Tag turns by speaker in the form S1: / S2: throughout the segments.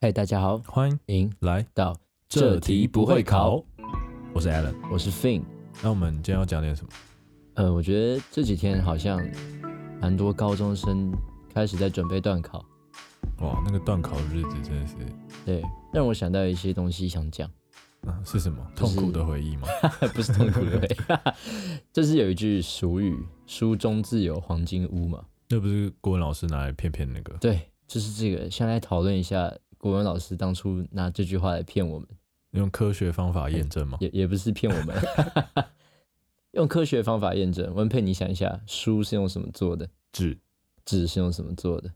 S1: 嗨，大家好，
S2: 欢
S1: 迎
S2: 来
S1: 到，
S2: 我是 Alan。
S1: 我是 Fin。
S2: 那我们今天要讲点什么？
S1: 呃，我觉得这几天好像蛮多高中生开始在准备段考，
S2: 哇，那个断考的日子真的是，
S1: 对，让我想到一些东西想讲，
S2: 啊、是什么
S1: 就
S2: 痛
S1: 是
S2: 苦的回忆吗？
S1: 不是痛苦的 回忆，就是有一句俗语“书中自有黄金屋”嘛，
S2: 那不是国文老师拿来骗骗那个？
S1: 对，就是这个。先来讨论一下国文老师当初拿这句话来骗我们，
S2: 用科学方法验证吗？
S1: 也也不是骗我们， 用科学方法验证。温佩，你想一下，书是用什么做的？
S2: 纸
S1: 纸是用什么做的？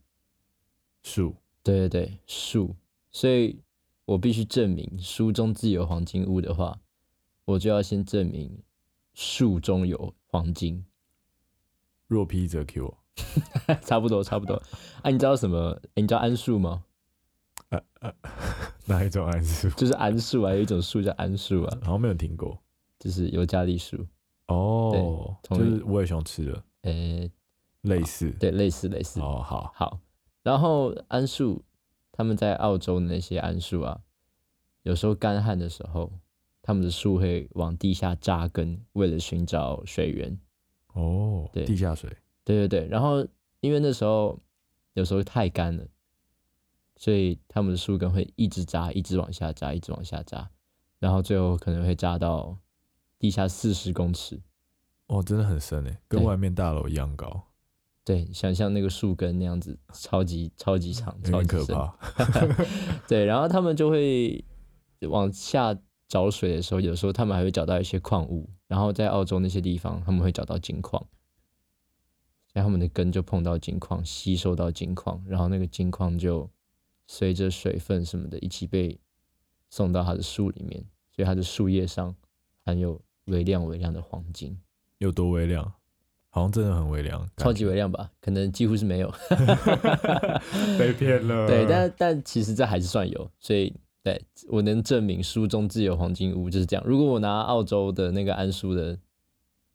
S2: 数
S1: 对对对，树。所以我必须证明书中自有黄金屋的话，我就要先证明树中有黄金。
S2: 若 P 则 Q 哦。
S1: 差不多，差不多。啊，你知道什么？诶你知道桉树吗？
S2: 哪一种暗示？
S1: 就是桉树啊，有一种树叫桉树啊，
S2: 好像没有听过
S1: 就是尤加利树。
S2: 哦，
S1: 对
S2: 就
S1: 同意
S2: 是我也喜欢吃的，
S1: 诶，
S2: 类似。
S1: 对，类似类似。
S2: 哦，好，
S1: 好，然后桉树，他们在澳洲的那些桉树啊，有时候干旱的时候，他们的树会往地下扎根，为了寻找水源。
S2: 哦，
S1: 对
S2: 地下水，
S1: 对对对，然后因为那时候有时候太干了，所以他们的树根会一直扎，一直往下扎，一直往下扎，然后最后可能会扎到地下四十公尺。
S2: 哦，真的很深诶，跟
S1: 对
S2: 外面大楼一样高，
S1: 对，想象那个树根那样子，超级超级长，
S2: 有
S1: 超
S2: 点
S1: 级
S2: 可
S1: 深。
S2: 怕。
S1: 对，然后他们就会往下找水的时候，有时候他们还会找到一些矿物，然后在澳洲那些地方，他们会找到金矿，所以他们的根就碰到金矿，吸收到金矿，然后那个金矿就随着水分什么的一起被送到它的树里面，所以它的树叶上含有微量微量的黄金，
S2: 有多微量？好像真的很微量，感
S1: 超级微量吧，可能几乎是没有。
S2: 被骗了
S1: 对，但但其实这还是算有，所以对我能证明书中自有黄金屋就是这样。如果我拿澳洲的那个桉树的，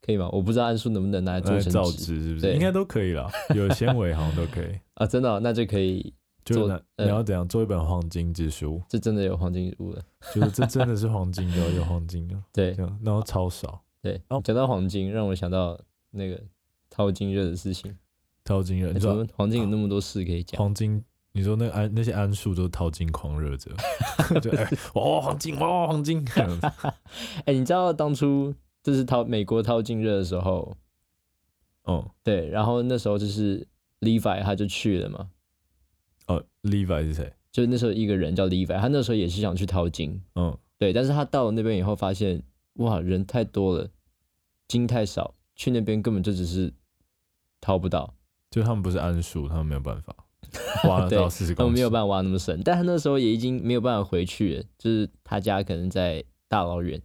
S1: 可以吗？我不知道桉树能不能拿来做
S2: 来哎造
S1: 成纸
S2: 纸是不
S1: 对
S2: 是？应该都可以啦， 有纤维好像都可以。
S1: 啊，真的哦、那就可以，
S2: 就
S1: 做
S2: 拿
S1: 呃
S2: 你要怎样做一本黄金之书？
S1: 这真的有黄金屋了。
S2: 就是这真的是黄金的，有黄金的，
S1: 对
S2: 这样然后超少，
S1: 对
S2: 哦，
S1: 讲到黄金，让我想到那个淘金热的事情。
S2: 超惊人。
S1: 哎
S2: 你
S1: 怎
S2: 说啊哦
S1: 么黄金有那么多事可以讲？
S2: 黄金，你说那个安那些桉树都是淘金狂 热者，就哎哇黄金哇黄金，这样子
S1: 哎，你知道当初就是淘美国淘金热的时候，
S2: 嗯
S1: 对，然后那时候就是 Levi 他就去了嘛，
S2: 哦，Levi 是谁？
S1: 就是那时候一个人叫 Levi，他那时候也是想去淘金，
S2: 嗯，
S1: 对，但是他到了那边以后，发现哇，人太多了，金太少，去那边根本就只是淘不到，
S2: 就他们不是桉树，他们没有办 法挖
S1: 对
S2: 到四十
S1: 他
S2: 公
S1: 们
S2: 尺，
S1: 没有办法挖那么深。但他那时候也已经没有办法回去了，就是他家可能在大老远，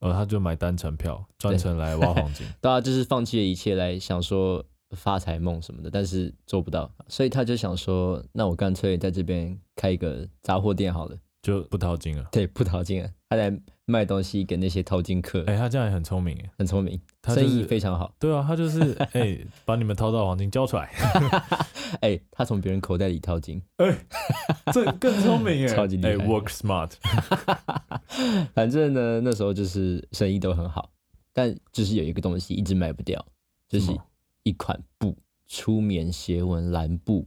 S2: 哦，他就买单程票，专
S1: 对
S2: 程来挖黄金。
S1: 大家啊就是放弃了一切来想说发财梦什么的，但是做不到，所以他就想说，那我干脆在这边开一个杂货店好了。
S2: 就不淘金了。
S1: 对，不淘金了，他来卖东西给那些淘金客，
S2: 哎、他这样也很聪明耶，
S1: 很聪明，
S2: 他就
S1: 生意
S2: 是
S1: 非常好。
S2: 对啊，他就是 哎、把你们掏到黄金交出来，
S1: 哎、他从别人口袋里淘金。
S2: 这更聪明耶，
S1: 超级厉害
S2: 哎、w o r k smart，
S1: 反正呢，那时候就是生意都很好，但就是有一个东西一直卖不掉，就是
S2: 什么
S1: 一款布，粗棉斜纹蓝布，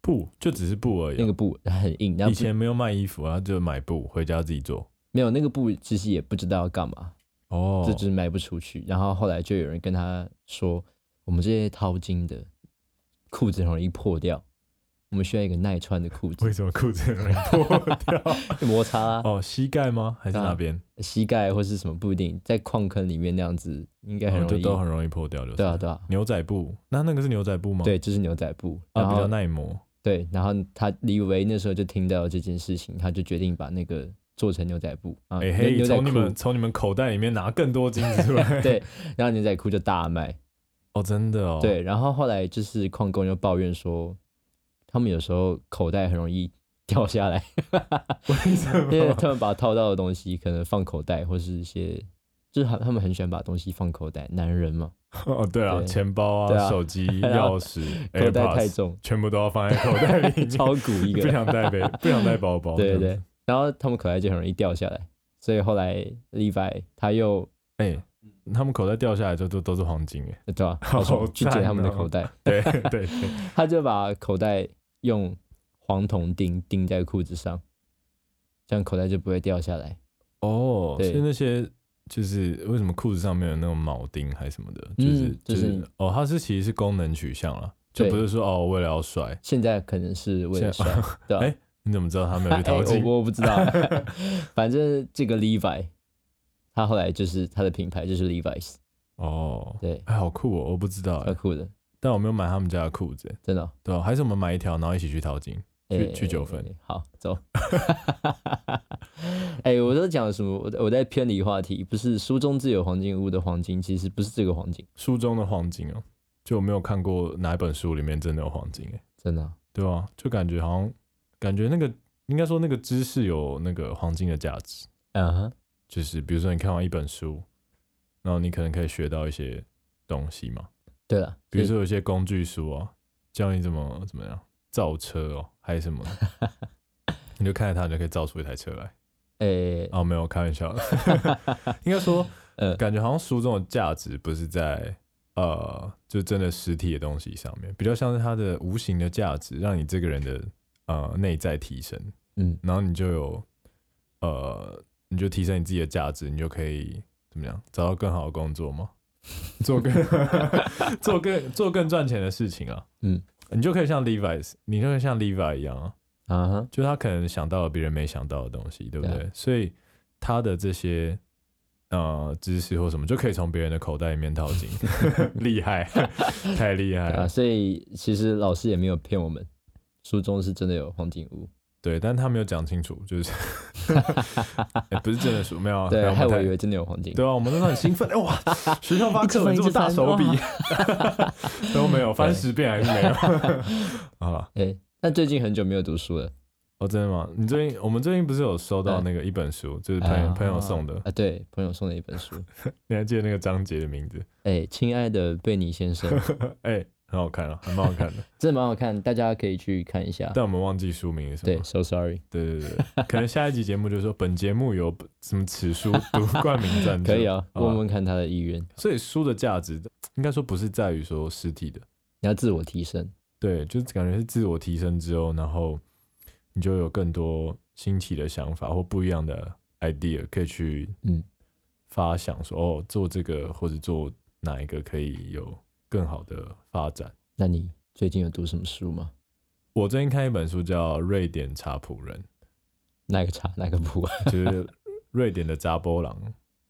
S2: 布就只是布而已
S1: 那
S2: 啊、
S1: 个布很硬，然后
S2: 以
S1: 不
S2: 前没有卖衣服啊，就买布回家自己做。
S1: 没有那个布，其实也不知道要干嘛，
S2: 哦
S1: 这就是卖不出去。然后后来就有人跟他说，我们这些淘金的裤子很容易破掉，我们需要一个耐穿的裤子，
S2: 为什么裤子容易 破掉？
S1: 摩擦啊、
S2: 哦，膝 盖吗？还是哪边？
S1: 膝盖或是什么不一定，在矿坑里面那样子应该很
S2: 哦，
S1: 容
S2: 就
S1: 易。
S2: 都很容易破掉，就是。
S1: 对啊，对啊，
S2: 牛仔布，那那个是牛仔布吗？，
S1: 对，就是牛仔布，然
S2: 啊，比
S1: 后
S2: 较耐磨。
S1: 对，然后他李维那时候就听到这件事情，他就决定把那个做成牛仔布啊，
S2: 哎、
S1: 牛
S2: 嘿，
S1: 牛仔
S2: 从你们
S1: 裤，
S2: 从你们口袋里面拿更多金子出来。，
S1: 对，然后牛仔裤就大卖，
S2: 哦，真的哦。，
S1: 对，然后后来就是矿工就抱怨说，他们有时候口袋很容易 掉下来，
S2: 为什
S1: 因为
S2: 么？
S1: 他们把淘到的东西可能放口袋或是一些就是他他们很喜欢把东西放口袋，男人嘛，
S2: 哦，对啊，
S1: 对
S2: 钱包啊、
S1: 对啊
S2: 手机、
S1: 然后
S2: 钥匙、
S1: 口袋
S2: AirPods
S1: 太重，
S2: 全部都要放在口袋里面，
S1: 超鼓 一
S2: 不
S1: 个，
S2: 想带背，不想带包包。
S1: 对对
S2: 这样
S1: 对
S2: 子，，
S1: 然后他们口袋就很容易掉下来，所以后来 Levi 他又
S2: 哎、他们口袋掉下来就都都是黄金 哎。
S1: 对吧、
S2: 好
S1: 我去去捡
S2: 赞
S1: 他们的
S2: 哦
S1: 口袋，
S2: 对对对，
S1: 他就把口袋用黄铜钉钉在裤子上，这样口袋就不会掉下来。
S2: 哦，
S1: 对
S2: 所以那些就是为什么裤子上面有那种铆钉还是什么的，
S1: 嗯
S2: 就是、
S1: 就是
S2: 哦，它是其实是功能取向了，就
S1: 对
S2: 不是说哦为了要帅。
S1: 现在可能是为了
S2: 现
S1: 帅
S2: 在，
S1: 对吧、
S2: 哎你怎么知道他没有
S1: 哎
S2: 去淘金？
S1: 我我不知 道，反正这个 Levi，他后来就是他的品牌就是 Levi's，
S2: 哦，
S1: 对，
S2: 哎，好酷哦！我不知道
S1: 超
S2: 哎，
S1: 酷的，
S2: 但我没有买他们家的裤子哎，
S1: 真的哦、
S2: 对吧？还是我们买一条，然后一起去淘金。去
S1: 哎
S2: 去九份
S1: 好，走。 哎、我都讲什么？我我在偏离话题，不是书中自有黄金屋的黄金，其实不是这个黄金，
S2: 书中的黄金哦，就我没有看过哪一本书里面真的有黄金哎，
S1: 真的哦、
S2: 对吧？就感觉好像感觉那个应该说那个知识有那个黄金的价值，
S1: 嗯哼，
S2: 就是比如说你看完一本书，然后你可能可以学到一些东西嘛，
S1: 对了，
S2: 比如说有些工具书啊，教你怎么怎么样造车哦，还有什么的，你就看着它，你就可以造出一台车来。
S1: 哎、
S2: 哦，没有开玩笑的，应该说，
S1: 嗯
S2: 感觉好像书中的价值不是在呃，就真的实体的东西上面，比较像是它的无形的价值，让你这个人的呃内在提升，
S1: 嗯，
S2: 然后你就有呃，你就提升你自己的价值，你就可以怎么样找到更好的工作吗？做更做更做更赚钱的事情啊，
S1: 嗯，
S2: 你就可以像 Levi's，你就会像 Levi 一样啊，
S1: 啊哈，
S2: 就他可能想到了别人没想到的东西，对不对？
S1: 对
S2: 所以他的这些呃知识或什么，就可以从别人的口袋里面套 进，厉害，太厉害
S1: 对
S2: 了
S1: 啊，。所以其实老师也没有骗我们，书中是真的有黄金屋，
S2: 对，但他没有讲清楚，就是 也不是真的书，没有啊，没
S1: 对，
S2: 有
S1: 害我
S2: 太
S1: 以为真的有黄金，
S2: 对啊，我们那时候很兴奋，哎 哇，学校发课本这么大手笔， 都没有翻十遍还 是没有好了。
S1: 哎、但最近很久没有读书了
S2: 哦，真的吗？你最近我们最近不是有收到那个一本书，就是朋友
S1: 啊
S2: 朋友送的，
S1: 啊，对，朋友送了一本书，
S2: 你还记得那个章节的名字？
S1: 哎、亲爱的贝尼先 生，
S2: 哎、很 好看啊，还蛮好看的。
S1: 真的蛮好看，大家可以去看一下。
S2: 但我们忘记书名是什
S1: 对
S2: 么。
S1: ，so sorry，
S2: 对对对对，可能下一集节目就说本节目由什么此书读冠名赞助。
S1: 可以啊，
S2: 好吧
S1: 问问看他的意愿，
S2: 所以书的价值应该说不是在于说实体的，
S1: 你要自我提升，
S2: 对，就是感觉是自我提升之后，然后你就有更多新奇的想法或不一样的 idea 可以去
S1: 嗯
S2: 发想说，哦，做这个或者做哪一个可以有更好的发展。
S1: 那你最近有读什么书吗？
S2: 我最近看一本书叫《瑞典查普人
S1: 哪个茶哪个不啊？》，
S2: 就是瑞典的扎波朗。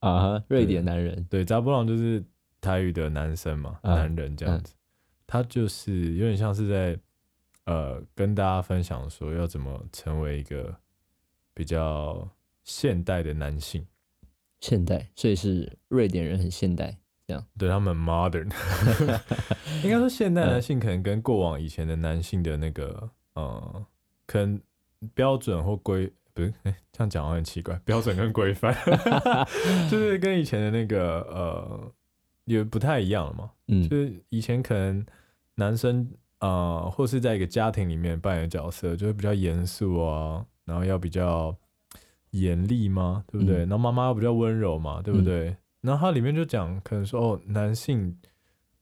S1: 啊哈，瑞典男人，
S2: 对，扎波朗就是台语的男生嘛，
S1: 嗯
S2: 男人这样子。他就是有点像是在呃跟大家分享说要怎么成为一个比较现代的男性，
S1: 现代，所以是瑞典人很现代，
S2: 对他们 modern，应该说现代男性可能跟过往以前的男性的那个呃，可能标准或规不是、哎，这样讲好像很奇怪，标准跟规范 就是跟以前的那个呃也不太一样了嘛。
S1: 嗯
S2: 就是以前可能男生呃，或是在一个家庭里面扮演的角色，就会比较严肃啊，然后要比较严厉嘛，对不对？
S1: 嗯
S2: 然后妈妈比较温柔嘛，对不对？然后它里面就讲，可能说哦，男性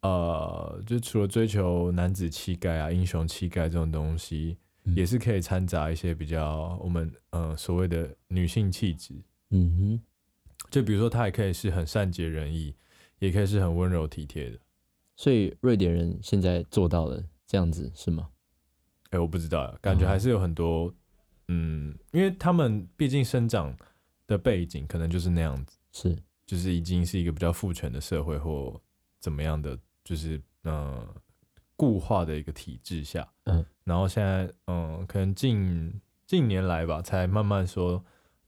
S2: 呃，就除了追求男子气概啊、英雄气概这种东西，
S1: 嗯
S2: 也是可以掺杂一些比较我们呃所谓的女性气质。
S1: 嗯哼。
S2: 就比如说，他也可以是很善解人意，也可以是很温柔体贴的。
S1: 所以瑞典人现在做到了这样子是吗？
S2: 哎、我不知道啊，感觉
S1: 哦
S2: 还是有很多，嗯，因为他们毕竟生长的背景可能就是那样子，
S1: 是，
S2: 就是已经是一个比较父权的社会或怎么样的，就是呃固化的一个体制下，
S1: 嗯，
S2: 然后现在嗯、呃可能近近年来吧，才慢慢说，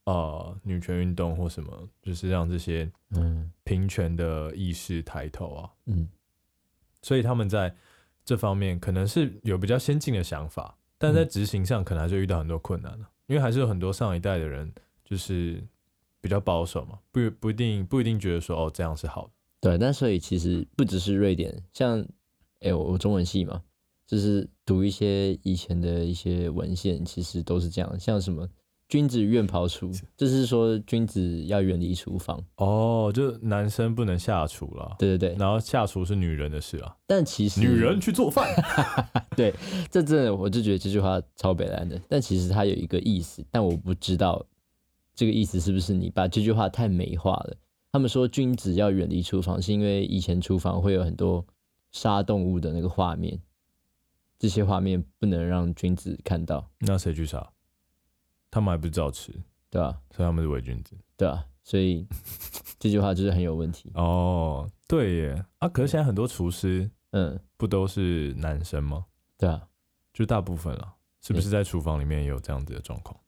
S2: 呃，女权运动或什么，就是让这些
S1: 嗯
S2: 平权的意识抬头啊，
S1: 嗯
S2: 所以他们在这方面可能是有比较先进的想法，但啊在执行上可能还是遇到很多困难了、因为还是有很多上一代的人，就是比较保守嘛，不不一定不一定觉得说哦这样是好的。
S1: 对，但所以其实不只是瑞典，像哎、诶我我中文系嘛，就是读一些以前的一些文献，其实都是这样，像什么君子愿庖厨，就是说君子要远离厨房。
S2: 哦，就是男生不能下厨啦，
S1: 对对对，
S2: 然后下厨是女人的事啊，
S1: 但其实
S2: 女人去做 饭。
S1: 对这真的，我就觉得这句话超北兰的，但其实它有一个意思，但我不知道这个意思是不是你把这句话太美化了。他们说君子要远离厨房，是因为以前厨房会有很多杀动物的那个画面，这些画面不能让君子看到，
S2: 那谁去杀？他们还不是照吃，
S1: 对吧、
S2: 所以他们是伪君子。
S1: 对吧、所以这句话就是很有问题。
S2: 哦，对耶，啊，可是现在很多厨师
S1: 嗯，
S2: 不都是男生吗？
S1: 对啊，
S2: 就大部分啦，是不是在厨房里面也有这样子的状况？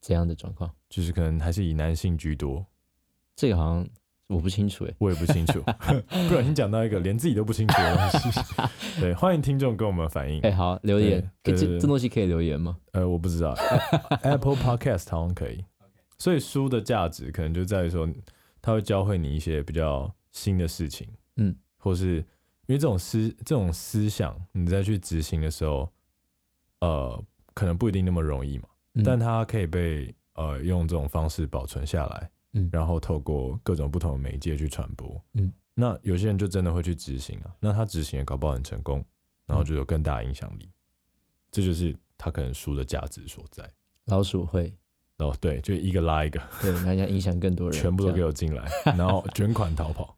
S1: 这样的状况，
S2: 就是可能还是以男性居多，
S1: 这个好像我不清楚诶。欸
S2: 我也不清楚，不小心讲到一个连自己都不清楚的东西。对，欢迎听众跟我们反映
S1: 哎、。好，留言，可
S2: 对
S1: 以
S2: 对
S1: 这
S2: 对
S1: 这东西可以留言吗？
S2: 呃，我不知道，Apple Podcast 好像可以。所以书的价值可能就在于说，它会教会你一些比较新的事情，
S1: 嗯，
S2: 或是因为这种思这种思想，你再去执行的时候，呃，可能不一定那么容易嘛，
S1: 嗯
S2: 但它可以被呃用这种方式保存下来，
S1: 嗯
S2: 然后透过各种不同的媒介去传播，
S1: 嗯，
S2: 那有些人就真的会去执行啊，那他执行也搞不好很成功，然后就有更大的影响力，这就是他可能书的价值所在。
S1: 老鼠会，
S2: 然后对，就一个拉一个，
S1: 对，那要影响更多人，
S2: 全部
S1: 这
S2: 都
S1: 样
S2: 给我进来，然后卷款逃跑。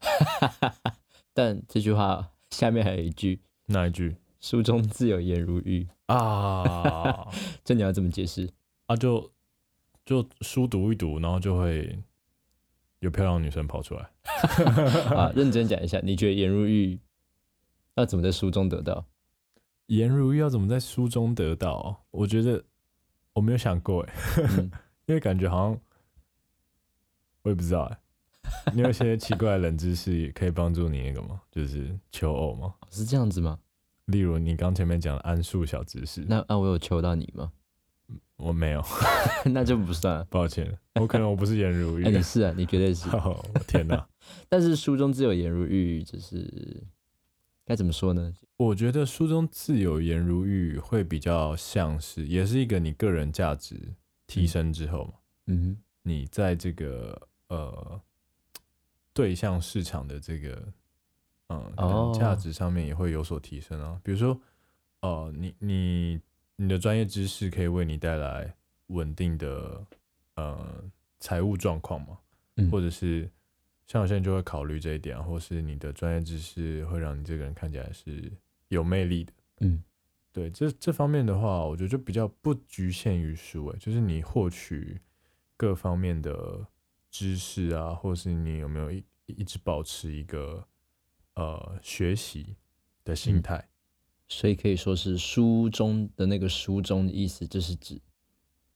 S1: 但这句话下面还有一句
S2: 那一句：“
S1: 书中自有颜如玉
S2: 啊”，
S1: 这你要怎么解释？
S2: 啊就就书读一读，然后就会有漂亮女生跑出来。
S1: 啊，认真讲一下，你觉得颜如玉要怎么在书中得到？
S2: 颜如玉要怎么在书中得到？我觉得我没有想过哎，
S1: 嗯，
S2: 因为感觉好像我也不知道哎。你有一些奇怪的冷知识可以帮助你那个吗？就是求偶吗？
S1: 是这样子吗？
S2: 例如你刚前面讲的桉树小知识，
S1: 那啊那我有求到你吗？
S2: 我没有，
S1: 那就不算了。
S2: 抱歉，我可能我不是颜如玉
S1: 哎、。你 是啊，你绝对是。
S2: 哦，我天哪！
S1: 但是书中自有颜如玉，就是该怎么说呢？
S2: 我觉得书中自有颜如玉会比较像是，也是一个你个人价值提升之后嘛，
S1: 嗯
S2: 你在这个呃对象市场的这个嗯、可能
S1: 哦
S2: 价值上面也会有所提升啊。比如说，呃，你你你的专业知识可以为你带来稳定的呃财务状况嘛，
S1: 嗯
S2: 或者是像有些人就会考虑这一点啊，或是你的专业知识会让你这个人看起来是有魅力的。
S1: 嗯，
S2: 对，这这方面的话，我觉得就比较不局限于书诶，就是你获取各方面的知识啊，或是你有没有一一直保持一个呃学习的心
S1: 嗯
S2: 态。
S1: 所以可以说是书中的那个书中的意思，就是指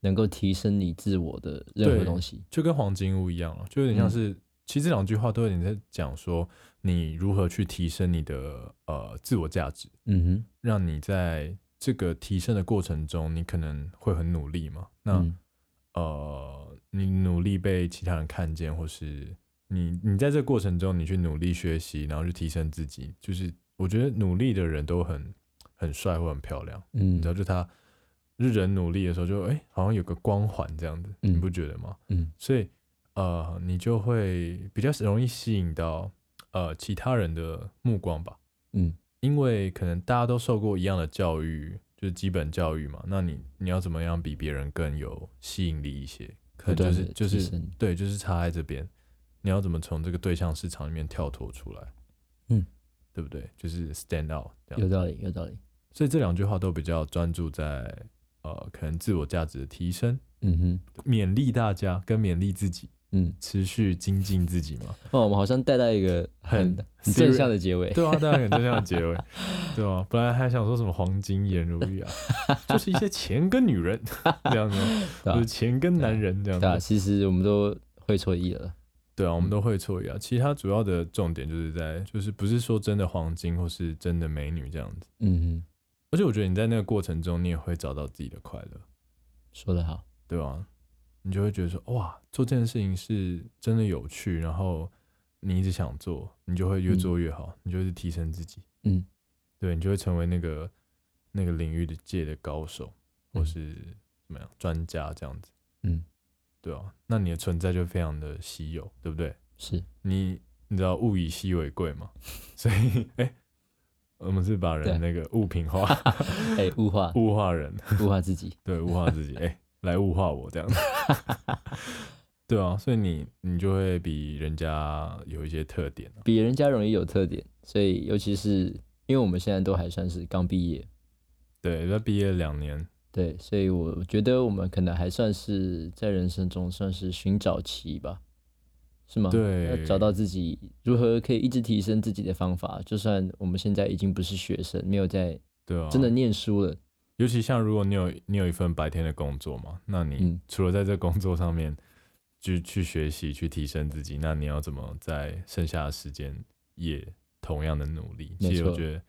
S1: 能够提升你自我的任何
S2: 对
S1: 东西。
S2: 就跟黄金屋一样了，啊就有点像
S1: 嗯
S2: 是，其实这两句话都有点在讲说你如何去提升你的呃自我价值，
S1: 嗯哼，
S2: 让你在这个提升的过程中，你可能会很努力嘛，那、
S1: 嗯
S2: 呃你努力被其他人看见，或是你你在这个过程中你去努力学习，然后去提升自己，就是我觉得努力的人都很很帅或很漂亮。你
S1: 嗯
S2: 知道，就他日人努力的时候就，诶哎好像有个光环这样子，
S1: 嗯
S2: 你不觉得吗？
S1: 嗯，
S2: 所以呃，你就会比较容易吸引到呃其他人的目光吧，
S1: 嗯
S2: 因为可能大家都受过一样的教育，就是基本教育嘛。那你你要怎么样比别人更有吸引力一些？可
S1: 不
S2: 能
S1: 断
S2: 就是
S1: 的
S2: 就
S1: 提
S2: 是
S1: 升。
S2: 对，就是差在这边，你要怎么从这个对象市场里面跳脱出来？
S1: 嗯，
S2: 对不对？就是 stand out 这样
S1: 有道理，有道理。
S2: 所以这两句话都比较专注在呃，可能自我价值的提升，
S1: 嗯哼，
S2: 勉励大家跟勉励自己，
S1: 嗯，
S2: 持续精进自己 嘛。
S1: 哦，我们好像带到一个很
S2: 很
S1: 很正向的结尾。
S2: 对啊，当然很正向的结尾，对啊，本来还想说什么黄金颜如玉啊，就是一些钱跟女人这样子，
S1: 对啊
S2: 就是钱跟男人这样
S1: 对啊，
S2: 子。
S1: 其实我们都会错意了。
S2: 对啊，我们都会错意啊。其实它主要的重点就是在，就是不是说真的黄金或是真的美女这样子，
S1: 嗯哼，
S2: 而且我觉得你在那个过程中，你也会找到自己的快乐，
S1: 说得好。
S2: 对吧、啊？你就会觉得说，哇，做这件事情是真的有趣，然后你一直想做，你就会越做越好，你就会提升自己，
S1: 嗯，
S2: 对，你就会成为那个那个领域的界的高手，或
S1: 嗯
S2: 是怎么样专家这样子，
S1: 嗯，
S2: 对啊，那你的存在就非常的稀有，对不对？
S1: 是
S2: 你你知道物以稀为贵嘛， 所以哎、我们是把人
S1: 对
S2: 那个物 品化
S1: 哎、物化
S2: 物化人，
S1: 物化自己，
S2: 对，物化 自己，哎、来物化我这样子。 对啊，所以你你就会比人家有一些特点啊、
S1: 比人家容易有特点，所以尤其是因为我们现在都还算是刚毕业，
S2: 对，他毕业两年，
S1: 对，所以我觉得我们可能还算是在人生中算是寻找期吧，是吗？
S2: 对
S1: 要找到自己如何可以一直提升自己的方法。就算我们现在已经不是学生，没有在
S2: 对啊，
S1: 真的，念书了，
S2: 尤其像如果你有你有一份白天的工作嘛，那你
S1: 嗯
S2: 除了在这工作上面去去学习去提升自己，那你要怎么在剩下的时间也同样的努力？
S1: 没
S2: 其实我
S1: 错
S2: 觉得，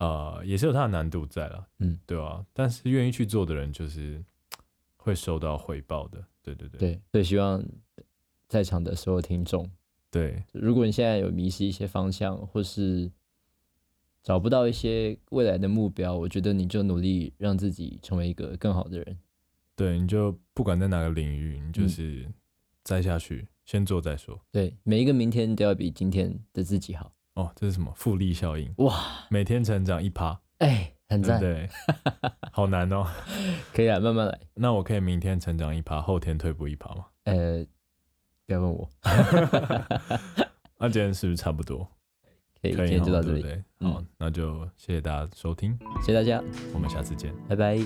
S2: 呃，也是有它的难度在啦，
S1: 嗯，
S2: 对啊，但是愿意去做的人，就是会收到回报的，对对对
S1: 对，所以希望在场的所有听众，
S2: 对
S1: 如果你现在有迷失一些方向，或是找不到一些未来的目标，我觉得你就努力让自己成为一个更好的人。
S2: 对，你就不管在哪个领域，你就
S1: 嗯
S2: 是栽下去，先做再说。
S1: 对，每一个明天都要比今天的自己好。
S2: 哦，这是什么复利效应？
S1: 哇，
S2: 每天成长一趴，
S1: 哎，很
S2: 对不
S1: 赞，
S2: 对？ 好难哦。
S1: 可以啊，慢慢来。
S2: 那我可以明天成长一趴，后天退步一趴吗？
S1: 呃，不要问我，
S2: 那啊今天是不是差不多？
S1: 可以，
S2: 可
S1: 今
S2: 以
S1: 天就
S2: 哈，
S1: 到这
S2: 对不
S1: 里，
S2: 对？
S1: 嗯
S2: 好，那就谢谢大家收听，
S1: 谢谢大家，
S2: 我们下次见。
S1: 拜拜。